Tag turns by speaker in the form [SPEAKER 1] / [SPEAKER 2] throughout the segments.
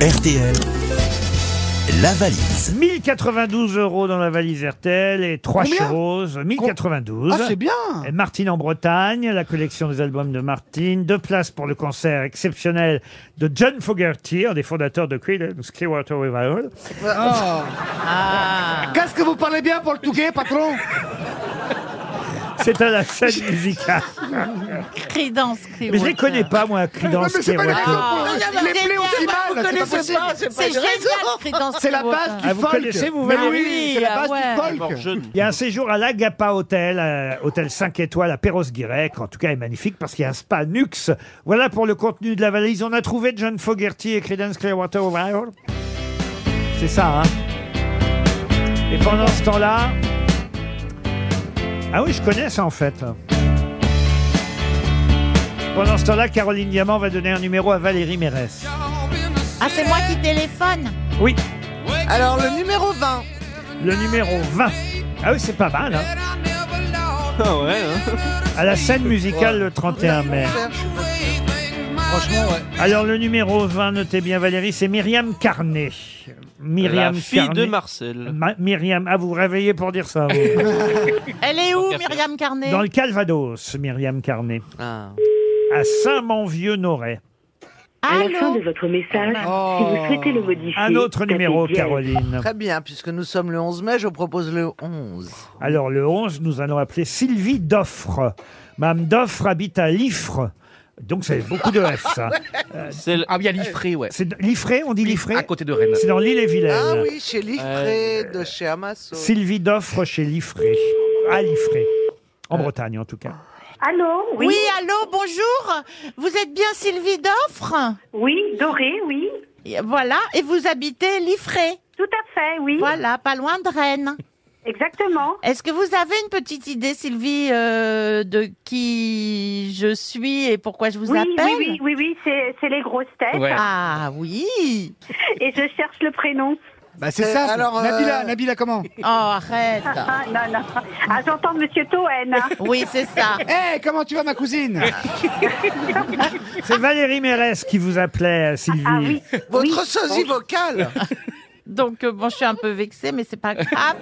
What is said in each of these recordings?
[SPEAKER 1] RTL, la valise.
[SPEAKER 2] 1092 euros dans la valise RTL et trois
[SPEAKER 3] Combien
[SPEAKER 2] choses. 1092.
[SPEAKER 3] Ah, c'est bien
[SPEAKER 2] Et Martine en Bretagne, la collection des albums de Martine, deux places pour le concert exceptionnel de John Fogerty, un des fondateurs de Creedence Clearwater Revival.
[SPEAKER 3] Ah. Qu'est-ce que vous parlez bien pour le touquet, patron
[SPEAKER 2] C'est à la scène musicale.
[SPEAKER 4] Credence,
[SPEAKER 2] Mais je les connais pas, moi,
[SPEAKER 3] Non,
[SPEAKER 2] Creedence
[SPEAKER 3] mais c'est pas les
[SPEAKER 2] Clearwater.
[SPEAKER 3] Les plaies aussi mal, c'est pas possible
[SPEAKER 4] C'est génial, Credence.
[SPEAKER 3] C'est la base du
[SPEAKER 2] Ah,
[SPEAKER 3] folk
[SPEAKER 2] vous connaissez, vous,
[SPEAKER 3] Mais
[SPEAKER 2] Valérie
[SPEAKER 3] oui, c'est la
[SPEAKER 4] Ah,
[SPEAKER 3] base
[SPEAKER 4] ouais.
[SPEAKER 3] du folk
[SPEAKER 2] Il y a un séjour à l'Agapa Hotel, euh, hôtel 5 étoiles à Perros-Guirec. En tout cas, est magnifique parce qu'il y a un spa Nux. Voilà pour le contenu de la valise. On a trouvé John Fogerty et Creedence Clearwater Revival. C'est ça, hein Et pendant ce temps-là... Ah oui, je connais ça, en fait. Pendant ce temps-là, Caroline Diamant va donner un numéro à Valérie Mérès.
[SPEAKER 4] Ah, c'est moi qui téléphone.
[SPEAKER 2] Oui,
[SPEAKER 5] Alors le numéro 20.
[SPEAKER 2] le numéro 20. Ah oui, c'est pas mal, hein
[SPEAKER 6] Ah ouais, hein.
[SPEAKER 2] À la scène musicale le 31 mai.
[SPEAKER 5] Franchement,
[SPEAKER 2] Alors le numéro 20, notez bien Valérie, c'est Myriam Carnet. Myriam
[SPEAKER 6] La fille
[SPEAKER 2] Carnet.
[SPEAKER 6] de
[SPEAKER 7] Euh,
[SPEAKER 6] Marcel.
[SPEAKER 2] Ma- Myriam, ah vous vous réveillez pour dire ça. vous.
[SPEAKER 4] Elle est où,
[SPEAKER 6] qu'à faire.
[SPEAKER 4] Myriam Carnet
[SPEAKER 2] Dans le Calvados, Myriam Carnet,
[SPEAKER 6] Ah.
[SPEAKER 2] à Saint-Manvieux-Noret.
[SPEAKER 8] À la fin
[SPEAKER 4] Allô
[SPEAKER 8] de votre message,
[SPEAKER 3] Ah.
[SPEAKER 5] Oh.
[SPEAKER 8] si vous souhaitez le modifier,
[SPEAKER 2] Un autre
[SPEAKER 8] tapez
[SPEAKER 2] numéro,
[SPEAKER 8] dièse.
[SPEAKER 2] Caroline.
[SPEAKER 5] Très bien, puisque nous sommes le 11 mai, je propose le 11.
[SPEAKER 2] Alors le 11, nous allons appeler Sylvie Doffre. Madame Doffre habite à Liffre. Donc c'est beaucoup de F ça.
[SPEAKER 6] C'est le-
[SPEAKER 7] Ah oui, à l'Ifré, ouais.
[SPEAKER 2] C'est Liffré, on dit Liffré
[SPEAKER 7] À côté de Rennes.
[SPEAKER 2] C'est dans l'île et Vilaine.
[SPEAKER 3] Euh,
[SPEAKER 5] Ah oui, chez Liffré, de chez Amasso.
[SPEAKER 2] Sylvie Doffre chez Liffré. À Liffré. En Bretagne en tout cas.
[SPEAKER 8] Allô,
[SPEAKER 4] Oui,
[SPEAKER 8] oui, oui,
[SPEAKER 4] allô, bonjour. Vous êtes bien Sylvie Doffre
[SPEAKER 8] Doré, oui,
[SPEAKER 4] Et Voilà, et vous habitez Liffré.
[SPEAKER 8] tout à fait, oui,
[SPEAKER 4] Voilà, pas loin de Rennes.
[SPEAKER 8] exactement.
[SPEAKER 4] Est-ce que vous avez une petite idée, Sylvie, euh, de qui je suis et pourquoi je vous
[SPEAKER 8] oui, oui,
[SPEAKER 4] appelle
[SPEAKER 8] oui, oui, oui, c'est c'est les grosses têtes
[SPEAKER 7] Ouais.
[SPEAKER 4] Ah oui
[SPEAKER 8] et je cherche le prénom.
[SPEAKER 3] Bah c'est
[SPEAKER 5] Euh,
[SPEAKER 3] ça,
[SPEAKER 5] alors, euh,
[SPEAKER 3] Nabila, Nabila comment
[SPEAKER 4] Oh, arrête
[SPEAKER 8] Ah non, non. Ah, j'entends Monsieur Toen. hein.
[SPEAKER 4] Oui, c'est ça.
[SPEAKER 3] Eh, comment tu vas ma cousine
[SPEAKER 2] C'est Valérie Mérès qui vous appelait, euh, Sylvie.
[SPEAKER 8] Ah oui,
[SPEAKER 5] Votre
[SPEAKER 8] oui.
[SPEAKER 5] sosie vocale
[SPEAKER 4] Donc, euh, bon, je suis un peu vexée, mais c'est pas grave.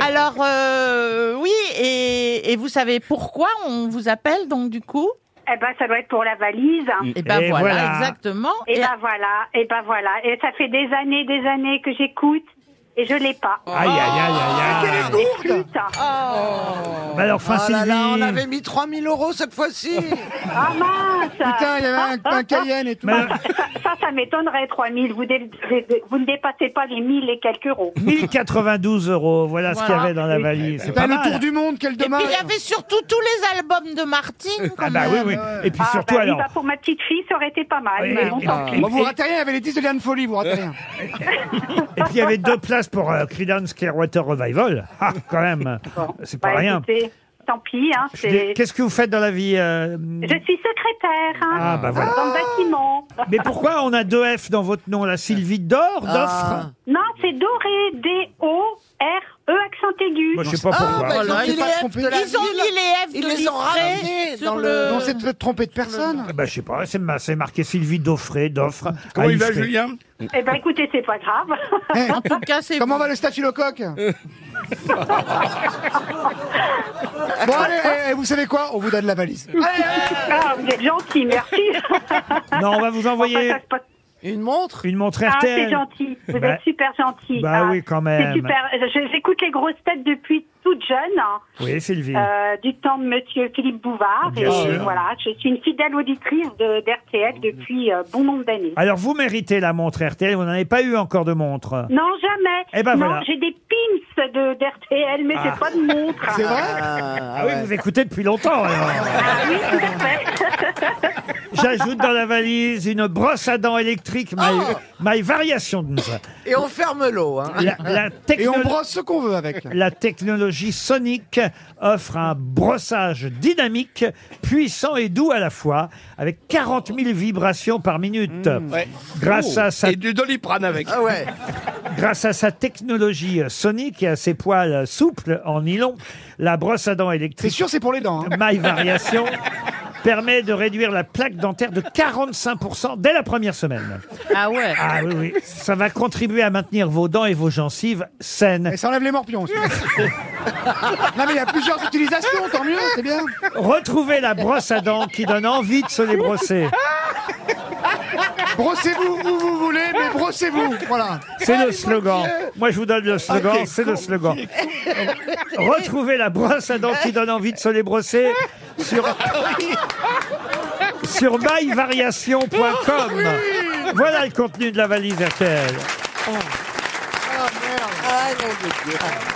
[SPEAKER 4] Alors, euh, oui, et, et vous savez pourquoi on vous appelle, donc, du coup
[SPEAKER 8] Eh ben, ça doit être pour la valise.
[SPEAKER 3] Mm.
[SPEAKER 4] Et ben
[SPEAKER 2] Et
[SPEAKER 4] voilà,
[SPEAKER 2] voilà.
[SPEAKER 4] exactement.
[SPEAKER 8] Et,
[SPEAKER 5] Eh
[SPEAKER 4] Et-
[SPEAKER 8] ben voilà, et ben voilà. Et ça fait des années, des années que j'écoute et je l'ai pas.
[SPEAKER 3] Ah,
[SPEAKER 2] Aïe, aïe, aïe, aïe, aïe.
[SPEAKER 8] Je l'ai plus, ça.
[SPEAKER 2] Bah alors, enfin,
[SPEAKER 5] Oh là là, on
[SPEAKER 2] Sylvie.
[SPEAKER 5] avait mis 3000 euros cette fois-ci
[SPEAKER 8] Ah mince
[SPEAKER 3] Putain, il y avait un, un Cayenne et tout.
[SPEAKER 2] Mais-
[SPEAKER 8] Ça, ça, ça m'étonnerait, 3000. Vous, dé- vous ne dépassez pas les 1000 et quelques euros.
[SPEAKER 2] 1092 euros, voilà, ce qu'il y
[SPEAKER 4] Voilà.
[SPEAKER 2] avait dans la valise. C'est
[SPEAKER 3] Putain,
[SPEAKER 2] pas
[SPEAKER 3] le
[SPEAKER 2] mal.
[SPEAKER 3] tour du monde, quel
[SPEAKER 4] Et puis,
[SPEAKER 3] dommage
[SPEAKER 4] il y avait surtout tous les albums de Martine, quand
[SPEAKER 2] Ah bah oui,
[SPEAKER 4] même.
[SPEAKER 2] oui. Et puis
[SPEAKER 8] Ah,
[SPEAKER 2] surtout,
[SPEAKER 8] bah, oui, Ah,
[SPEAKER 2] alors...
[SPEAKER 8] bah, pour ma petite fille, ça aurait été pas mal.
[SPEAKER 2] Et,
[SPEAKER 8] mais bon,
[SPEAKER 2] et-
[SPEAKER 8] tant
[SPEAKER 5] Ah.
[SPEAKER 2] et-
[SPEAKER 8] pis.
[SPEAKER 3] Bon, vous ratez rien, il y avait les 10 de Liane Folie, vous
[SPEAKER 5] Euh.
[SPEAKER 3] ratez rien.
[SPEAKER 2] et puis il y avait deux places pour euh, Creedence Clearwater Revival. Ah, quand même,
[SPEAKER 8] Bon,
[SPEAKER 2] c'est pas
[SPEAKER 8] bah,
[SPEAKER 2] rien.
[SPEAKER 8] écoutez, tant pis. Hein,
[SPEAKER 2] Je suis dé-
[SPEAKER 8] c'est-
[SPEAKER 2] Qu'est-ce que vous faites dans la vie euh,
[SPEAKER 8] Je suis secrétaire hein,
[SPEAKER 2] Ah, bah voilà.
[SPEAKER 8] dans le bâtiment.
[SPEAKER 2] Mais pourquoi on a deux F dans votre nom, la Sylvie Dor, d'offre
[SPEAKER 5] Ah.
[SPEAKER 8] Non, c'est Doré. D-O-R-E E, accent aigu.
[SPEAKER 2] Moi, je sais pas
[SPEAKER 5] Ah,
[SPEAKER 2] pourquoi.
[SPEAKER 5] bah, ils ont
[SPEAKER 4] Voilà,
[SPEAKER 5] mis
[SPEAKER 4] il
[SPEAKER 5] les
[SPEAKER 4] est
[SPEAKER 5] F
[SPEAKER 3] trompé.
[SPEAKER 5] de la
[SPEAKER 4] Ils ont
[SPEAKER 5] ville.
[SPEAKER 4] mis les F
[SPEAKER 5] Ils
[SPEAKER 4] de
[SPEAKER 5] les ont
[SPEAKER 4] Liffré
[SPEAKER 5] ramenés
[SPEAKER 4] sur
[SPEAKER 5] dans
[SPEAKER 4] le...
[SPEAKER 3] On s'est peut-être trompé de personne.
[SPEAKER 2] Bah, je sais pas, c'est ma- c'est marqué Sylvie Doffré, d'offre.
[SPEAKER 9] Comment il va,
[SPEAKER 2] Alice Frey.
[SPEAKER 9] Julien
[SPEAKER 8] Eh ben, écoutez, c'est pas grave.
[SPEAKER 3] Eh,
[SPEAKER 4] En tout cas, hein, c'est
[SPEAKER 3] comment va le staphylocoque Bon, allez, eh, eh, vous savez quoi On vous donne la valise.
[SPEAKER 8] Ah, vous êtes gentil, merci.
[SPEAKER 2] Non, on va vous envoyer
[SPEAKER 8] Enfin, ça se passe-
[SPEAKER 5] Une montre
[SPEAKER 2] une montre
[SPEAKER 8] Ah, c'est
[SPEAKER 2] RTL.
[SPEAKER 8] gentil. Vous
[SPEAKER 2] Bah-
[SPEAKER 8] êtes super gentil.
[SPEAKER 2] bah
[SPEAKER 8] Ah,
[SPEAKER 2] oui, quand
[SPEAKER 8] C'est
[SPEAKER 2] même.
[SPEAKER 8] super. Je- J'écoute les grosses têtes depuis toute jeune. hein.
[SPEAKER 2] Oui, Sylvie.
[SPEAKER 8] Euh, du temps de Monsieur Philippe Bouvard.
[SPEAKER 2] Bien
[SPEAKER 8] et
[SPEAKER 2] sûr.
[SPEAKER 8] voilà, je suis une fidèle auditrice de d'RTL depuis euh, bon nombre d'années.
[SPEAKER 2] Alors, vous méritez la montre RTL, vous n'en avez pas eu encore de montre.
[SPEAKER 8] Non, jamais.
[SPEAKER 2] Eh ben
[SPEAKER 8] non,
[SPEAKER 2] voilà.
[SPEAKER 8] j'ai des pins de d'RTL, mais
[SPEAKER 2] Ah.
[SPEAKER 8] c'est pas de montre.
[SPEAKER 3] C'est vrai
[SPEAKER 5] Ah,
[SPEAKER 2] Ah oui,
[SPEAKER 5] ouais.
[SPEAKER 2] vous écoutez depuis longtemps alors.
[SPEAKER 8] Ah oui, tout à fait.
[SPEAKER 2] J'ajoute dans la valise une brosse à dents électrique, my, my variations.
[SPEAKER 5] Oh Et on ferme l'eau. Hein.
[SPEAKER 2] La, la
[SPEAKER 3] Et on
[SPEAKER 2] technolo-
[SPEAKER 3] brosse ce qu'on veut avec.
[SPEAKER 2] la technologie Sonic offre un brossage dynamique, puissant et doux à la fois, avec 40 000 vibrations par minute.
[SPEAKER 9] Mm. Ouais. Oh.
[SPEAKER 2] Grâce à sa
[SPEAKER 9] Et du doliprane avec.
[SPEAKER 5] Ah ouais.
[SPEAKER 2] Grâce à sa technologie euh, sonique et à ses poils souples en nylon, la brosse à dents
[SPEAKER 3] C'est
[SPEAKER 2] électrique
[SPEAKER 3] sûr, c'est pour les dents. hein.
[SPEAKER 2] My Variation permet de réduire la plaque dentaire de 45% dès la première semaine.
[SPEAKER 4] Ah ouais.
[SPEAKER 2] Ah oui, oui. Ça va contribuer à maintenir vos dents et vos gencives saines.
[SPEAKER 3] Et ça enlève les morpions aussi. non, mais il y a plusieurs utilisations, tant mieux, c'est bien.
[SPEAKER 2] Retrouvez la brosse à dents qui donne envie de se les brosser.
[SPEAKER 3] Brossez-vous où vous voulez, mais brossez-vous. Voilà.
[SPEAKER 2] C'est le slogan. Moi, je vous donne le slogan. c'est le slogan. Retrouvez la brosse à dents qui donne envie de se les brosser sur, sur myvariation.com. Voilà le contenu de la valise RTL.
[SPEAKER 5] Ah, non, mais-